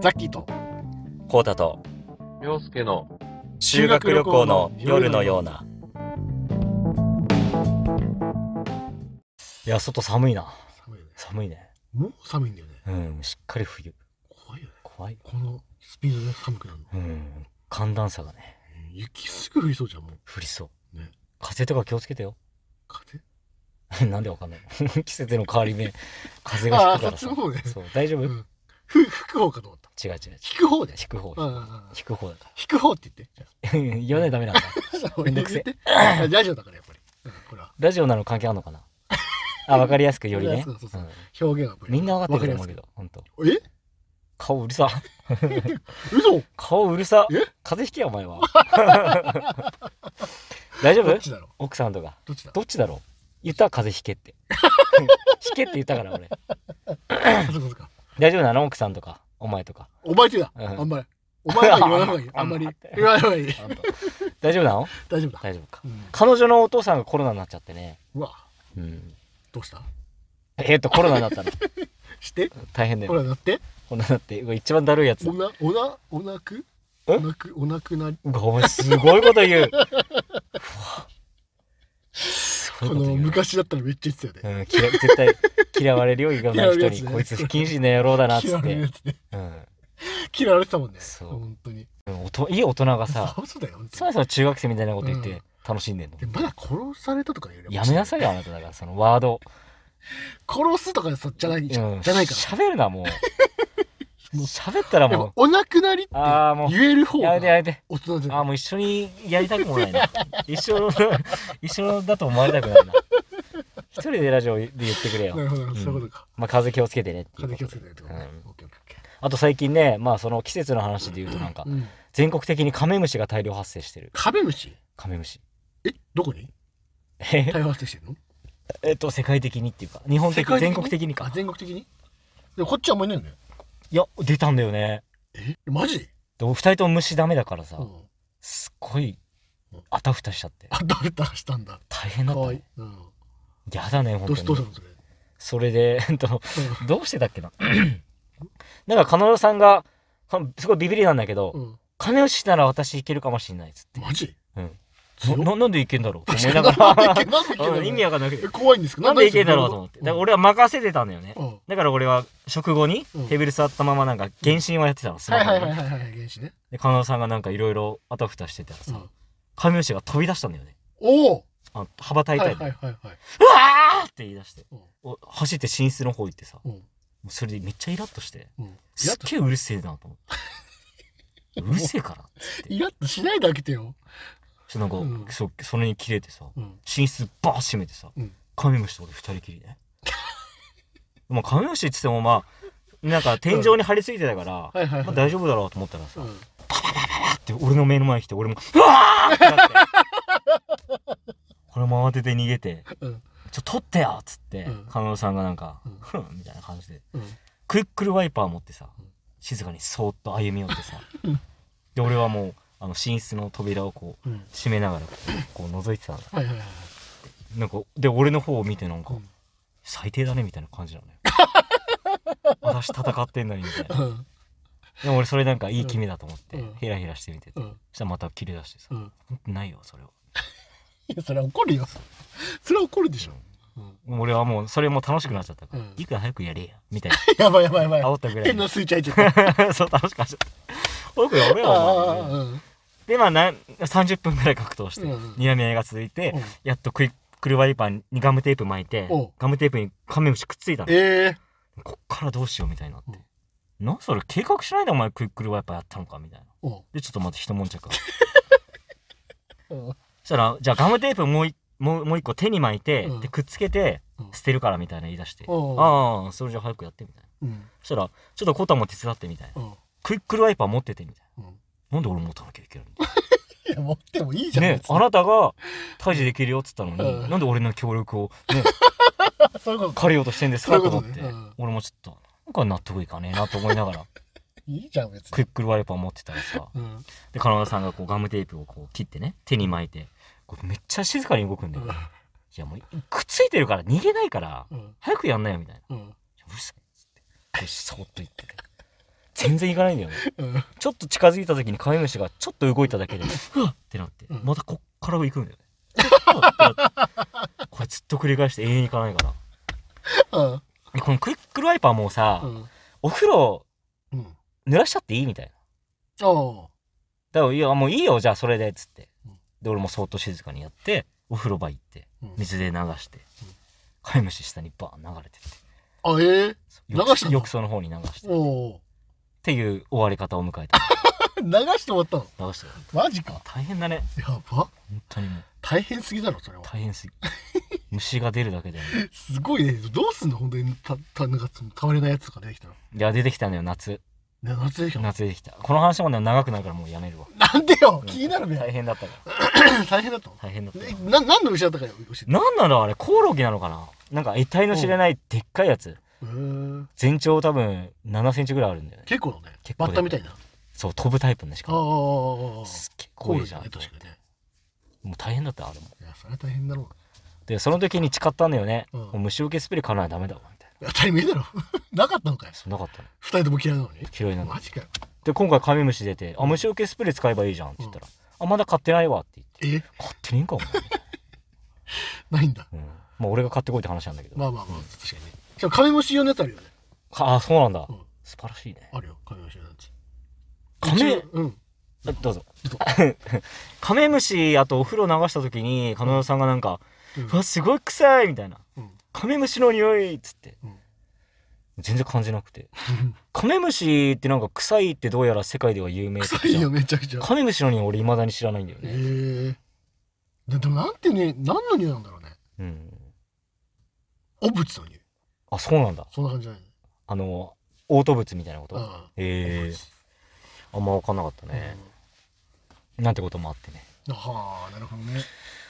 ザッキーとコータと洋介の修学旅行の夜のような。いや、外寒いな。寒いね寒いね。もう寒いんだよねうん、しっかり冬。怖いよね怖い。このスピードで寒くなるの、うん、寒暖差がね、雪すぐ降りそうじゃんもう降りそう。ね風邪とか気をつけてよ。 風なんでわかんない の季節の変わり 目、風が吹くからあーそっちの方ねさ。そう、大丈夫違ううんふ吹く方かと思った違う違う。引く方で引く方う。んうんうん引く方だか引く方って言ってら。 言わないとダメなんだ。めんどくせえ言って あラジオだからやっぱり、うん、これはラジオなの関係あるの かなあ、わかりやすくよりね。そうそうそううん表現はやっぱりみんなわかってると思うけわかど、ほんと。りやすく顔うるさ。え嘘顔うるさえ。風邪ひけよ、お前は。 大丈ど夫っちだろう奥さんとか。どっちだどっちだろう言ったら風邪ひけって。 ひけって言ったから、俺。あそうかそうか大丈夫なの奥さんとか、お前とか。お前手だ、うんあんまりお前は言わない方がいいあんまり あんま言わない方がいいあんた大丈夫なの大丈夫だ、大丈夫か。うん彼女のお父さんがコロナになっちゃってね。うわうん。どうしたえーっと、コロナになったの。 して大変だほよ。らなってコロナになって、うわ一番だるいやつお。なおなおなくえおなくおなくなりうわお前すごいこと言う。うわす こごいこと言のう。昔だったらめっちゃ言ってたよねうん、嫌い 絶対嫌われるよ、いろんな嫌われ人るやつに。ねこいつ不謹慎な野郎だな、っつ嫌っわれるやて。つねうん。嫌われてたもんね そう本当におといい大人がさ、 そうそうだよ本当そもそも中学生みたいなこと言っうてん楽しんでんのに。でまだ殺されたとか言うよやめなさいよ、あなただから、そのワード。殺すとかさじゃないじゃ,、うん。じゃないか喋るな、もう。 もう喋ったららでももおなくなりってう。ああ、もう。言える方やがめてやめて。大人じゃあなあ、いもう一緒にやりたくもな いな。一緒の、 一緒だと思われたくないな。一人でラジオで言ってくれなるよ。ほどなるほどうそんういうことかまあ、風邪気をつけてねっていう風こ気とをつけてでねってことねうんオッケーオッケーあと最近ね、まあその季節の話で言うとなんかオッケー、うん全国的にカメムシが大量発生してる。カメムシカメムシ。 えどこにえ大量発生してるのえっと、世界的にっていうか、日本的、全国的にあか。全国的にでもこっちはあんまりないよねいや、出たんだよね。えマジでも二人とも虫ダメだからさ、うんすっごいうん、あたふたしちゃって。あダルダしたんだ大変だかったわいねい。うんやだね、本どうしど当うしにた。のそれそれで、 えっと、どうしてだっけな。 なんか、彼女さんが、かすごいビビりなんだけど、うんうんカメムシなら私いけるかもしれないっつって。マジうん強っななんでいけんだろうと 確思いかなにがなんでいらけ、なんでいけんだろう うん意味わかんないけどえ、怖いんですけどなんでいけんだろうと思って。うんだから俺は任せてたんだよね。うんだから俺は食後にうんテーブル座ったままなんか原神をやってたの、スはマいホはでいはいね。はいはい原始ねで、カナさんがなんかいろいろあたふたしてたらうさん、カメムシが飛び出したんだよね。おおあの羽ばたはいいたはよいねはいはいはいうわーって言い出してうん、お走って寝室の方行ってさ、もうんうそれでめっちゃイラッとして、うんイラすっッとげえうるせえなと 思って。うるせえからっつって。イラッとしないであげてよちょっとなんうか、んそそれに切れてさ、うん寝室バーッ閉めてさ、うんカメムシと俺二人きりね まあカメムシっつってもまあなんか天井に張り付いてたから、はいはいまはあ、い大丈夫だろうと思ったらさ、うパんッて俺の目の前に来て俺も「うわー!」ってなって俺も慌てて逃げてうん「ちょ取ってよ!」っつってうん彼女、さんがなんかうん「ふ、ん」みたいな感じでうんクイックルワイパー持ってさうん静かにそーっと歩み寄ってさうんで俺はもうあの寝室の扉をこううん閉めながらこう覗いてたのはいはいはいはいなんかで俺の方を見てなんか、うん最低だねみたいな感じなのよ私戦ってんのにみたいなうんでも俺それなんかいい気味だと思って、うんヘラヘラしてみてて、うんそしたらまた切れ出してさう、んないよそれはいやそれは怒るよそれは怒るでしょうん俺はもうそれも楽しくなっちゃったから、うんいくら早くやれやみたいなやばいやばいや ばい煽ったぐらい変なでスイッチ入っちゃっ たそう楽しくなっちゃったよくやれよおあ前ーうんでまあな30分ぐらい格闘して、うん睨み合いが続いて、うんやっとクイックルワイパーにガムテープ巻いておうガムテープにカメムシくっついたのええこっからどうしようみたいになって。なんそれ計画しないでお前クイックルワイパーやったのかみたいな。おうで、ちょっとまた一悶着。そうんしたら、じゃあガムテープもういもうもう一個手に巻いて、うんで、くっつけてうん、捨てるからみたいな言い出して。おうああ、それじゃあ早くやってみたいな。うんそしたら、ちょっとコタも手伝ってみたいな。うんクイックルワイパー持っててみたいうんな。なんで俺持たなきゃいけないのいや持ってもいいじゃんね別にあなたが退治できるよっつったのに、うんなんで俺の協力を、ね、そういうことか借りようとしてんですかそういとうこ思とっねて、うん俺もちょっと、なんか納得いかねえなと思いな がら、いいじゃん別クにイックルワイパー持ってたらさ、うんで、カナダさんがこうガムテープをこう切ってね、手に巻いて、こうめっちゃ静かに動くんだよ。いやもう、くっついてるから逃げないからう、ん早くやんなよみたいな。うんうるさいっつって。こうそーっと言ってて。全然いかないんだよねうんちょっと近づいた時にカメムシがちょっと動いただけでうわっってなってうんまたこっから行くんだよねうわっってなってこれずっと繰り返して永遠に行かないからうんでこのクイックルワイパーもうさ、うんお風呂うん濡らしちゃっていいみたいなおうだからいやもういいよじゃあそれでっつってうんで俺もそーっと静かにやってお風呂場行ってうん水で流して飼い主下にバーン流れてってあええ浴流したの浴槽の方に流してっおうていう終わり方を迎えた流して終わったの流してマジか大変だねやば本当にもう大変すぎだろそれは大変すぎ虫が出るだけでもすごいねどうすんの本当にたたなんかその倒れないやつとか出てきたらいや出てきたんだよね夏夏でしょ夏出てきたこの話もね長くなるからもうやめるわなんでよ気になる大ね変だったから大変だったの大変だったえな何の牛だったかよ教えて何なのあれコオロギなのかななんか得体の知れないでっかいやつへー全長多分7センチぐらいあるんだよね結構だね結構バだッよタみたいなあそう飛ぶタイプねしかあもああすっげえ怖怖いいじじゃゃんんね確かにねもう大変だったあれもいやそれは大変だろでその時に誓ったんだよね、うんもう虫除けスプレー買わないとダメだわみたいなう当たり前だろ なかったのかよそんなかったの二人とも嫌いなのに嫌いなのマジかよで今回カメムシ出て「あ虫除けスプレー使えばいいじゃん」って言ったら「あまだ買ってないわ」って言ってえ「買ってねえんかお前」ないんだうん、まあ俺が買ってこいって話なんだけど、まあまあまあ確かにねしかもカメムシ用のやつあるよねああそうなんだ、うん素晴らしいねあるよカメムシ用のやつカメうちうんあどうぞどうぞ カメムシあとお風呂流した時にカメムシさんがなんかう「んうわすごい臭い」みたいなうん「カメムシの匂い」っつってうん全然感じなくてカメムシってなんか臭いってどうやら世界では有名って臭じゃんいよめちゃくちゃカメムシの匂い俺未だに知らないんだよね、ええででもなんてね何の匂いなんだろうねうんおぶつの匂いあそうなんだそんな感じじゃないのあの嘔吐物みたいなこと、あええあんま分かんなかったあね、なんてこともあってねうんはあなるほどね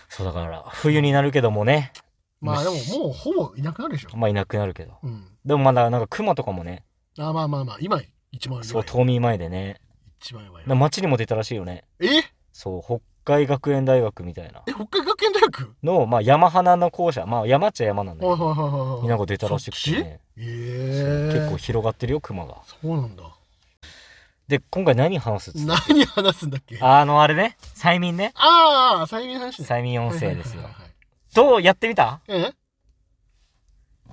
そうだから冬になるけどもねまあでも虫もうほぼいなくなるでしょまあいなくなるけどうんでもまだなんかクマとかもねあまあまあまあ今一番そ弱うい冬眠前でね一番弱いな街にも出たらしいよねえそう北海学園大学みたいなえ北海学園大学の、まあ、山花の校舎まあ山っちゃ山なんだけはいはいどはいはいはいみんなが出たらしくてそっねちえそうえ結構広がってるよクマがそうなんだで今回何話すっつって何話すんだっけああのあれね催眠ねああ催眠話ね催眠音声ですよはいはいはいどうやってみたはいはいえ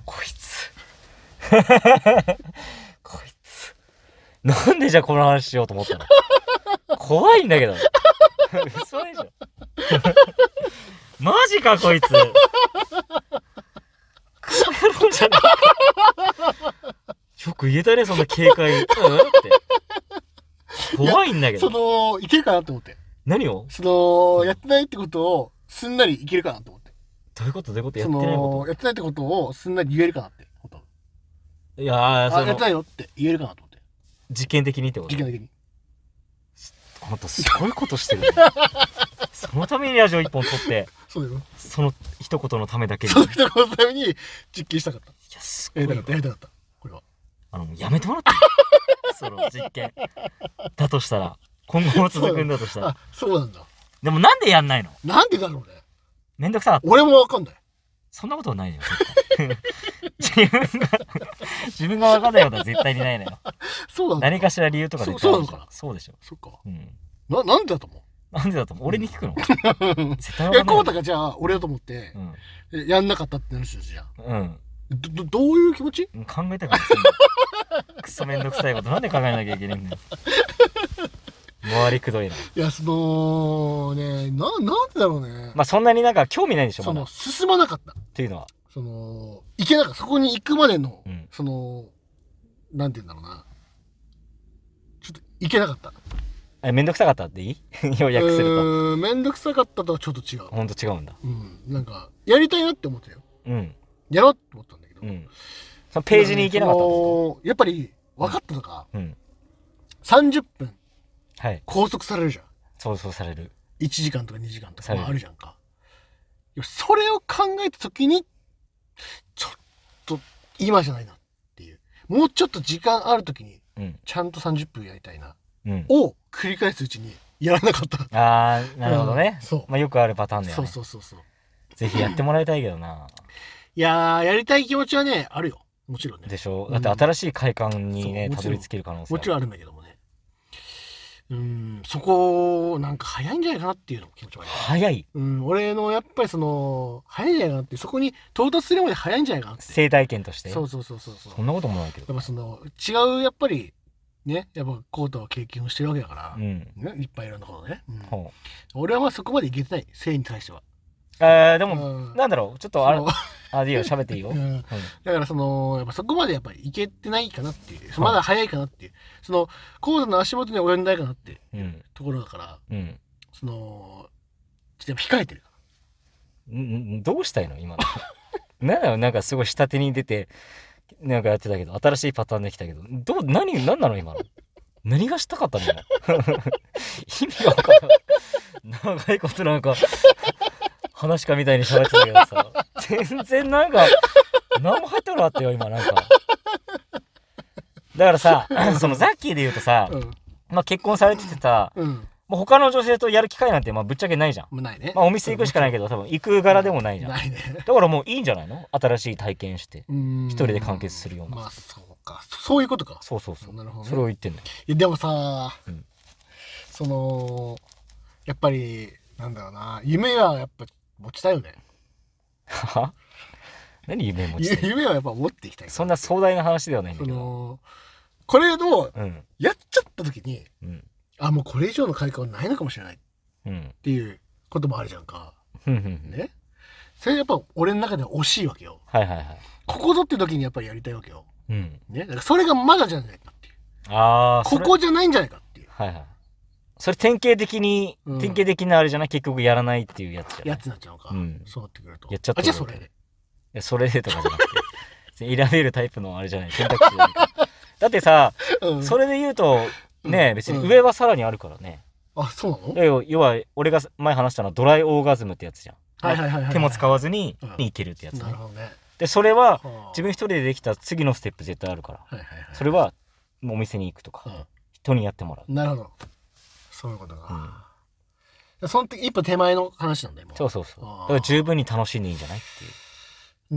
こいつ こいつなんでじゃあこの話しようと思ったの怖いんだけど嘘でしょマジかこいつクソ野郎じゃないよく言えたねそんな警戒うんって怖いんだけそどのいけるかなと思って何をそのやってないってことをすんなりいけるかなと思ってどういうことどういうことやっそてないのこやってないってことをすんなり言えるかなってことといやーあそやっのてないよって言えるかなと思って実験的にってこと事件的にほんとすごいことしてるねそのためにラジオ一本撮ってそうだよその一言のためだけにいそのや人のために実験したかったすごやいりたかったやわりたかったこれはあのもうやめても らっていいその実験だとしたら今後も続くんだとしたらあそうなんだでもなんでやんないのなんでだろうねめんどくさかった俺もわかんないそんなことはないよ絶対自分が 自分が分かんないことは絶対にないのよそうなんだ何かしら理由とか絶対あるじゃんそうでしょそっかうんななんでだと思うなんでだと思う俺に聞くの 絶対いや分かコウんタないがじゃあ俺だと思ってう、えやんなかったってなる人じゃんん、どどどういう気持ちうん、考えたからそんなクソめんどくさいことなんで考えなきゃいけないんだ よ周りくどいないやそのねななんでだろうね、まあそんなになんか興味ないんでしょ、そまだ。のっ進まなかったていうのは。その行けなかったそこに行くまでの、うんそのなんて言うんだろうなちょっと行けなかったえ、めんどくさかったってい い要約するうーん面倒くさかったとはちょっと違うと。、ほんと違うんだ。うん、なんかやりたいなって思ったようん。やろうって思ったんだけど、うん。そのページに行けなかったそんでのやっぱり分かったのが、すかうん。 30分はい。拘束されるじゃんそうそうされる。 1時間とか2時間とさかれるまああるじゃんかいやそれを考えた時にちょっと今じゃないなっていうもうちょっと時間ある時にうん。ちゃんと30分やりたいなうん。を繰り返すうちにやらなかったあー、なるほどね。うんそうまあよくあるパターンだよそうね。そうそうそうぜひやってもらいたいけどな。いやーやりたい気持ちはねあるよもちろんねでしょうんだって新しい快感にねそうたどり着ける可能性もちろんあるんだけどもねうんそこなんか早いんじゃないかなっていうのも気持ちはある早いうん、俺のやっぱりその早いんじゃないかなってそこに到達するまで早いんじゃないかなって生体験としてそうそうそうそうそうそんなこともないけどやっぱその違うやっぱりねやっぱコートは経験をしてるわけだからう、んね、いっぱいいろんなことね、うんほう俺はまあそこまでいけてない性に対してはえーでうもんなんだろうちょっとあれあれいいよ喋っていいようんうんだからそのやっぱそこまでやっぱいけてないかなっていういまだ早いかなっていうそのコートの足元に及んでないかなってういうんところだからうんそのちょっとやっぱ控えてるんんどうしたいの 今のなんだろうなんかすごい下手に出てなんかやってたけど新しいパターンできたけどどう何何なの今の何がしたかったの 今意味が分からない長いことなんか話かみたいに喋ってたけどさ全然なんか何も入ってこなかったよ今なんかだからさ そのザッキーで言うとさ、まあ、結婚されててさうんうんもう他の女性とやる機会なんてまあぶっちゃけないじゃんまあないねまあお店行くしかないけど多分行く柄でもないじゃんないねだからもういいんじゃないの新しい体験して一一人で完結するようなまあそうかそそういうことかそうそうそうなるほどねそれを言ってんだよいやでもさ、うんそのやっぱりなんだろうな夢はやっぱ持ちたいよねは何夢持ちゆてる 夢はやっぱ持っていきたいそんな壮大な話ではないんだそけどのこれをうんやっちゃった時にうんあもうこれ以上の快感はないのかもしれないっうんていうこともあるじゃんかふんふんふんねそれやっぱ俺の中では惜しいわけよはいはいはいここぞって時にやっぱりやりたいわけようんねだからそれがまだじゃないかっていうああここじゃないんじゃないかっていうはいはいそれ典型的にうん典型的なあれじゃない結局やらないっていうやつじゃないやいつになっちゃうのか、うんそうなってくるとやっちゃったあじゃあそれでやそれでとかじゃなくて 選べるタイプのあれじゃない選択肢じゃないだってさうんそれで言うとねうん別に上はさらにあるからねあそうなのだよ要は俺が前話したのはドライオーガズムってやつじゃん、はいはいはいはい手も使わずにうんいけるってやつなねるほどねでそれは自分は一人でできた次のステップ絶対あるからあはいはいはいそれはもうお店に行くとか、人にやってもらううんなるほどそういうことか、その時一歩手前の話なんだよもうそうそうそうあーだから十分に楽しんでいいんじゃないってい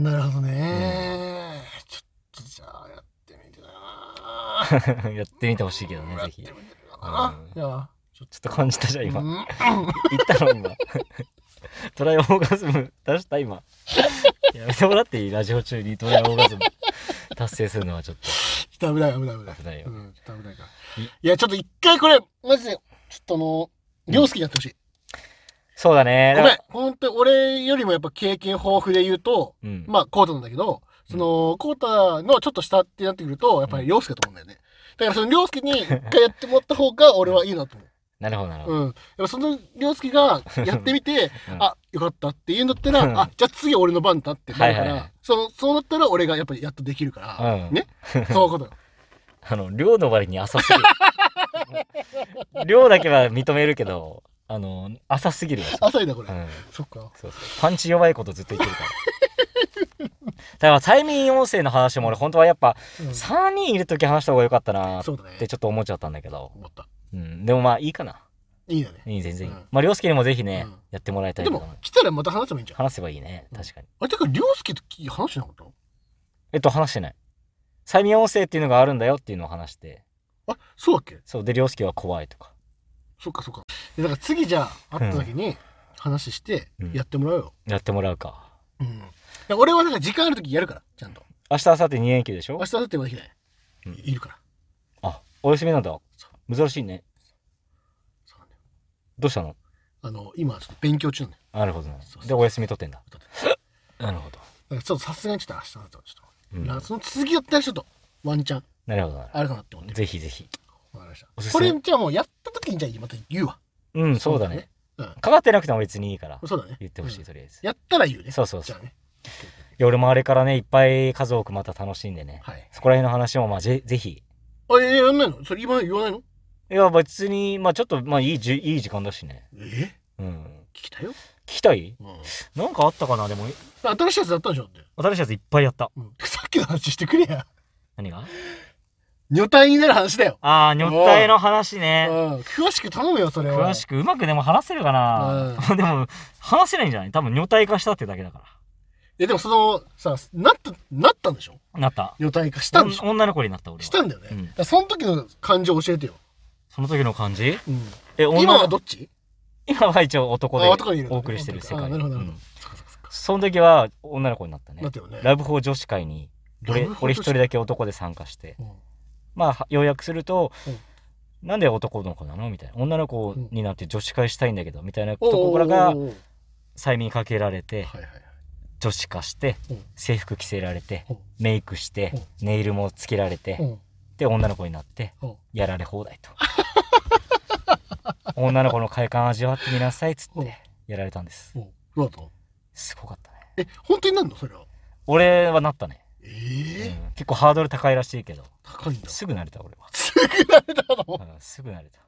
うなるほどね、ちょっとじゃあやってみてなやってみてほしいけどねや ぜっひてみちてょなうんじゃあっと感じたじゃん今、うん 言ったの今 トライオーガズム出し た今やめてもらっていいラジオ中にトライオーガズム達成するのはちょっと危ない危ない危ない危ないようん、ちょっと危ないからいいやちょっと一回これマジでちょっとあの凌介にやってほしい、そうだねごめん本当俺よりもやっぱ経験豊富で言うとうん、まあ、コートなんだけど、その、コートのちょっと下ってなってくると、やっぱり涼介だと思うんだよね。だからその涼介に一回やってもらった方が俺はいいなと思う。なるほどなるほど、うん。やっぱその涼介がやってみて、 うんあ、よかったって言うんだったら、うんあ、じゃあ次俺の番だってなるから、はいはいはいそのそうなったら俺がやっぱりやっとできるから、うんね。そういうことよ。あの、量の割に浅すぎ る。量だけは認めるけど、あの、浅すぎるわ浅いな、これ。うん。そっか。そうそう。パンチ弱いことずっと言ってるから。だから催眠音声の話も俺本当はやっぱうん3人いる時話した方が良かったなっそうだねて。ちょっと思っちゃったんだけど、思った。うん、でもまあいいかないいいよね。いい全然いい、うんまあ涼介にもぜひね、うんやってもらいたいでけども、来たらまた話せばいいんじゃん。あ話せばいいね確かにれ、てか涼介と話しなかったえっと話してない催眠音声っていうのがあるんだよっていうのを話してあ、そうだっけそうで涼介は怖いとかそっかそっか。でだから次じゃあ会った時に話してうんやってもらおうよ。やってもらうかうん。だから俺はなんか時間ある時やるから、ちゃんと。明日明後日2連休でしょ明日だってもできない。うんいるから。あ、お休みなんだそ。珍しいね。そうなんだよどうしたのあの、今ちょっと勉強中なんだよ。なるほどねそうそう。で、お休み取ってんだ取っ。なるほど。だからちょっとさすがにちょっと明日だとちょっうんと。いやその続きやったらちょっとワンチャンなるほどな。あるかなって思ってる。ぜひぜひ。わかりましおすた。すこめれじゃあもうやった時にじゃあまた言うわ。うん、そうだね。。うん。かかってなくても別にいいから、そうだね。言ってほしうい、んとりあえず。やったら言うね。そうそうじそゃう。あね。いや俺もあれからね、いっぱい数多くまた楽しんでね。はい。そこら辺の話も、まあ、ぜぜひ。あ、え、やんないのそれ今言わないのいや、別に、まあ、ちょっと、まあ、いいじゅ、いい時間だしね。えうん。聞きたいよ。聞きたいうん。なんかあったかなでも、新しいやつだったんでしょって。新しいやついっぱいやった。うん。 さっきの話してくれや。何が女体になる話だよ。あー、女体の話うね。ん。詳しく頼むよ、それは。詳し くうまくでも話せるかな、でも話せないんじゃない多分女体化したってだけだからえ、でもその、さ、なった、なったんでしょなった。女体化したんでしょおん女の子になった俺は。したんだよね。うんだからその時の感情教えてよ。その時の感じうんえ、女今はどっち今は一応男であ男でいるお送りしてる世界。あなるほどなるほうどん。そっかそっかそっかその時は女の子になったねだっ。たよね。ラブホ女子会にラ俺ブホ俺女一子人だけ男で参加して。うんまあ、要約すると、なんで男の子なのみたいな。女の子になって女子会したいんだけど、みたいなところがおーおーおー催眠かけられて、はいはいはい。女子化してうん、制服着せられてうん、メイクしてうん、ネイルもつけられうて、んで、女の子になって、うんやられ放題と。 女の子の快感味わってみなさいっつっうんて、やられたんです。うんどうだったのすごかったね。え、本当になんのそれは。俺はなったね。ええうん結構ハードル高いらしいけど、高いんだ。すぐ慣れた俺は。すぐなれたのうんすぐ慣れた。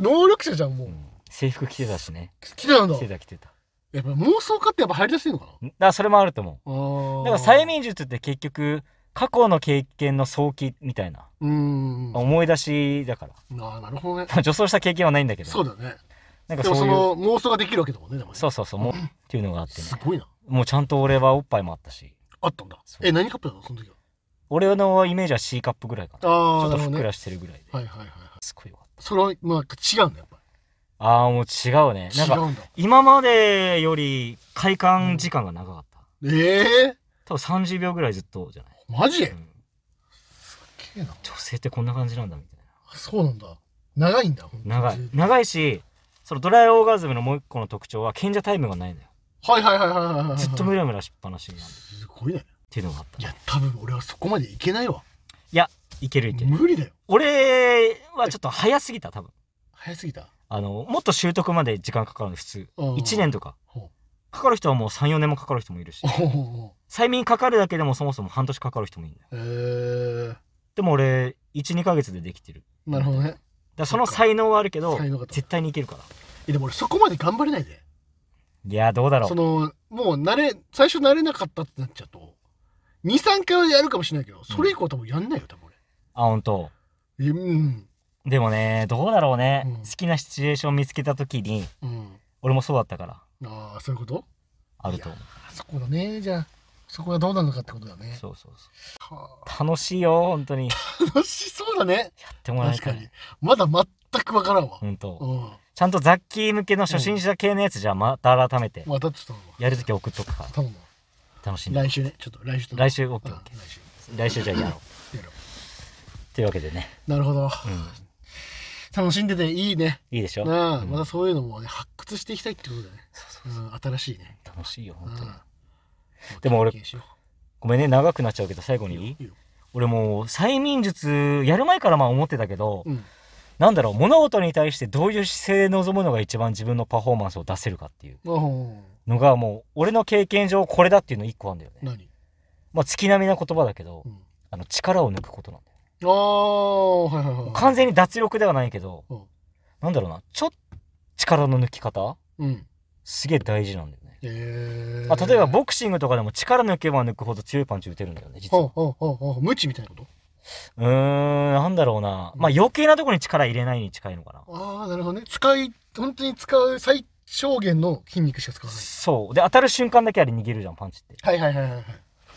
能力者じゃん、もうう。ん制服着てたしね。来てたんだ着。てた着てた。やっぱ妄想家ってやっぱ入りやすいのかなだからそれもあると思あうーだから催眠術って結局過去の経験の早期みたいなうーんあ思い出しだからあなるほどねまあ女装した経験はないんだけどそうだよねなんかでそもそういうその妄想ができるわけだもんねでもねうそうそうもうっていうのがあってねすごいなもうちゃんと俺はおっぱいもあったしあったんだそうえ何カップなのその時は俺のイメージは C カップぐらいかなちあょあっなとるほふどっくねらしてるぐらいではいはいはいはいすごいよかっそれはまあなんか違うんだやっぱたああもう違うねりなん違かうんだ今までより快感時間が長かったええ多分30秒ぐらいずっとじゃない、マジうんすげえな女性ってこんな感じなんだみたいなあそうなんだ長いんだほんと長いずーっと長いしそのドライオーガズムのもう一個の特徴は賢者タイムがないのよはいはいはいはいはいはいはいずっとムラムラしっぱなしになるっすごいねていうのがあったいいやや多分俺はそこまでいけないわいけるいける無理だよ俺はちょっと早すぎた多分早すぎたあのもっと習得まで時間かかるの普通うん1年とかほうかかる人はもう34年もかかる人もいるしおおお催眠かかるだけでもそもそも半年かかる人もいるんだよえーでも俺12ヶ月でできてるなるほどねだからその才能はあるけど才能があった絶対にいけるからえでも俺そこまで頑張れないでいやどうだろそうのもう慣れ最初慣れなかったってなっちゃうと23回はやるかもしれないけどそれ以降多分やんないよ多分あ本当俺うんでもねどうだろうね、うん好きなシチュエーション見つけた時にうん俺もそうだったからああそういうことあると思あそこだねじゃあそこがどうなのかってことだうねそうそうそはう楽しいよ本当にやあ楽しそうだねってもらい確たかいにまだ全くわからんわ本当うんちゃんと雑記向けの初心者系のやつじゃあまた改めてまたちょっとやるとき送っとくから頼むわ楽しんで来週ねちょっと来週と来週週 OKOK 来週来週じゃあやろうやろうというわけでね、なるほどうん、楽しんでていいねいいでしょなあうんまたそういうのもね発掘していきたいってことだねそうそううん新しいね楽しいよう本当にんでも俺経験しようごめんね長くなっちゃうけど最後にいいいいよ俺もう催眠術やる前からまあ思ってたけど、うんなんだろう物事に対してどういう姿勢で臨むのが一番自分のパフォーマンスを出せるかっていううんのがもう俺の経験上これだっていうの一個あんだよね何、まあ月並みな言葉だけど、うん、あの力を抜くことなんだあよあはいはいはい完全に脱力ではないけど、うんなんだろうなちょっと力の抜き方うんすげえ大事なんだよね、えあ例えばボクシングとかでも力抜けば抜くほど強いパンチ打てるんだよね実ほうはほうほうほう無知みたいなことうーんなんだろうなまあ余計なとこに力入れないに近いのかなああなるほどね使い本当に使う最小限の筋肉しか使わないそうで当たる瞬間だけあれ逃げるじゃんパンチってはいはいはいはいはい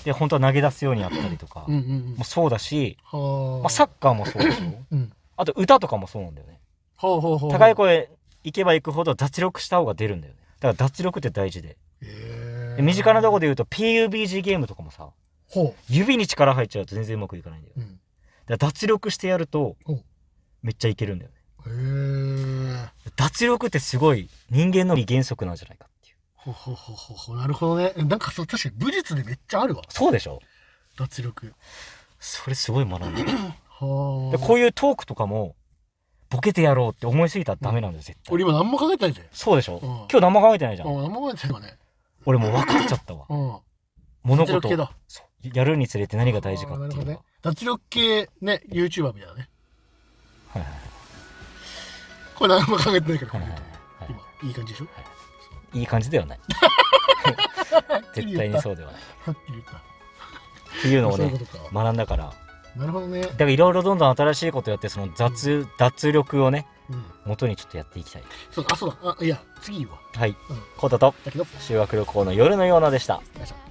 で本当は投げ出すようにやったりとかうんもうんうんそうだし、はあ、まあ、サッカーもそうでしょうんあと歌とかもそうなんだよねほうほうほう高い声行けば行くほど脱力した方が出るんだよねだから脱力って大事でええで身近なとこで言うと PUBG ゲームとかもさほ指に力入っちゃうと全然うまくいかないんだよう、うん、だから脱力してやるとほうめっちゃいけるんだよねへえ脱力ってすごい人間の原則なんじゃないかっていうほうほうほうほうほうなるほどねなんかそう確かに武術でめっちゃあるわそうでしょ脱力それすごい学んだではあこういうトークとかもボケてやろうって思いすぎたらダメなんだよ絶対俺今何も考えてないぜそうでしうょ、ん今日何も考えてないじゃん、うん何も考えてないわね俺もう分かっちゃったわうん物脱力事系だそうやるにつれて何が大事かあーなっるていほうどのねは、脱力系ね YouTuber みたいなねはいはいこれ何も考えてないからこれ言うとはいは今いい感じでしょい、いい感じ ではない絶対にそうではないはっきり言ったっていうのをそういねうことか学んだからなるほどねだからいろいろどんどん新しいことやってその雑脱力をねうん元にちょっとやっていきたいそうだあそうだあいや次いいわはいうんコータとだけどよ修学旅行の夜のようなでしたいしょ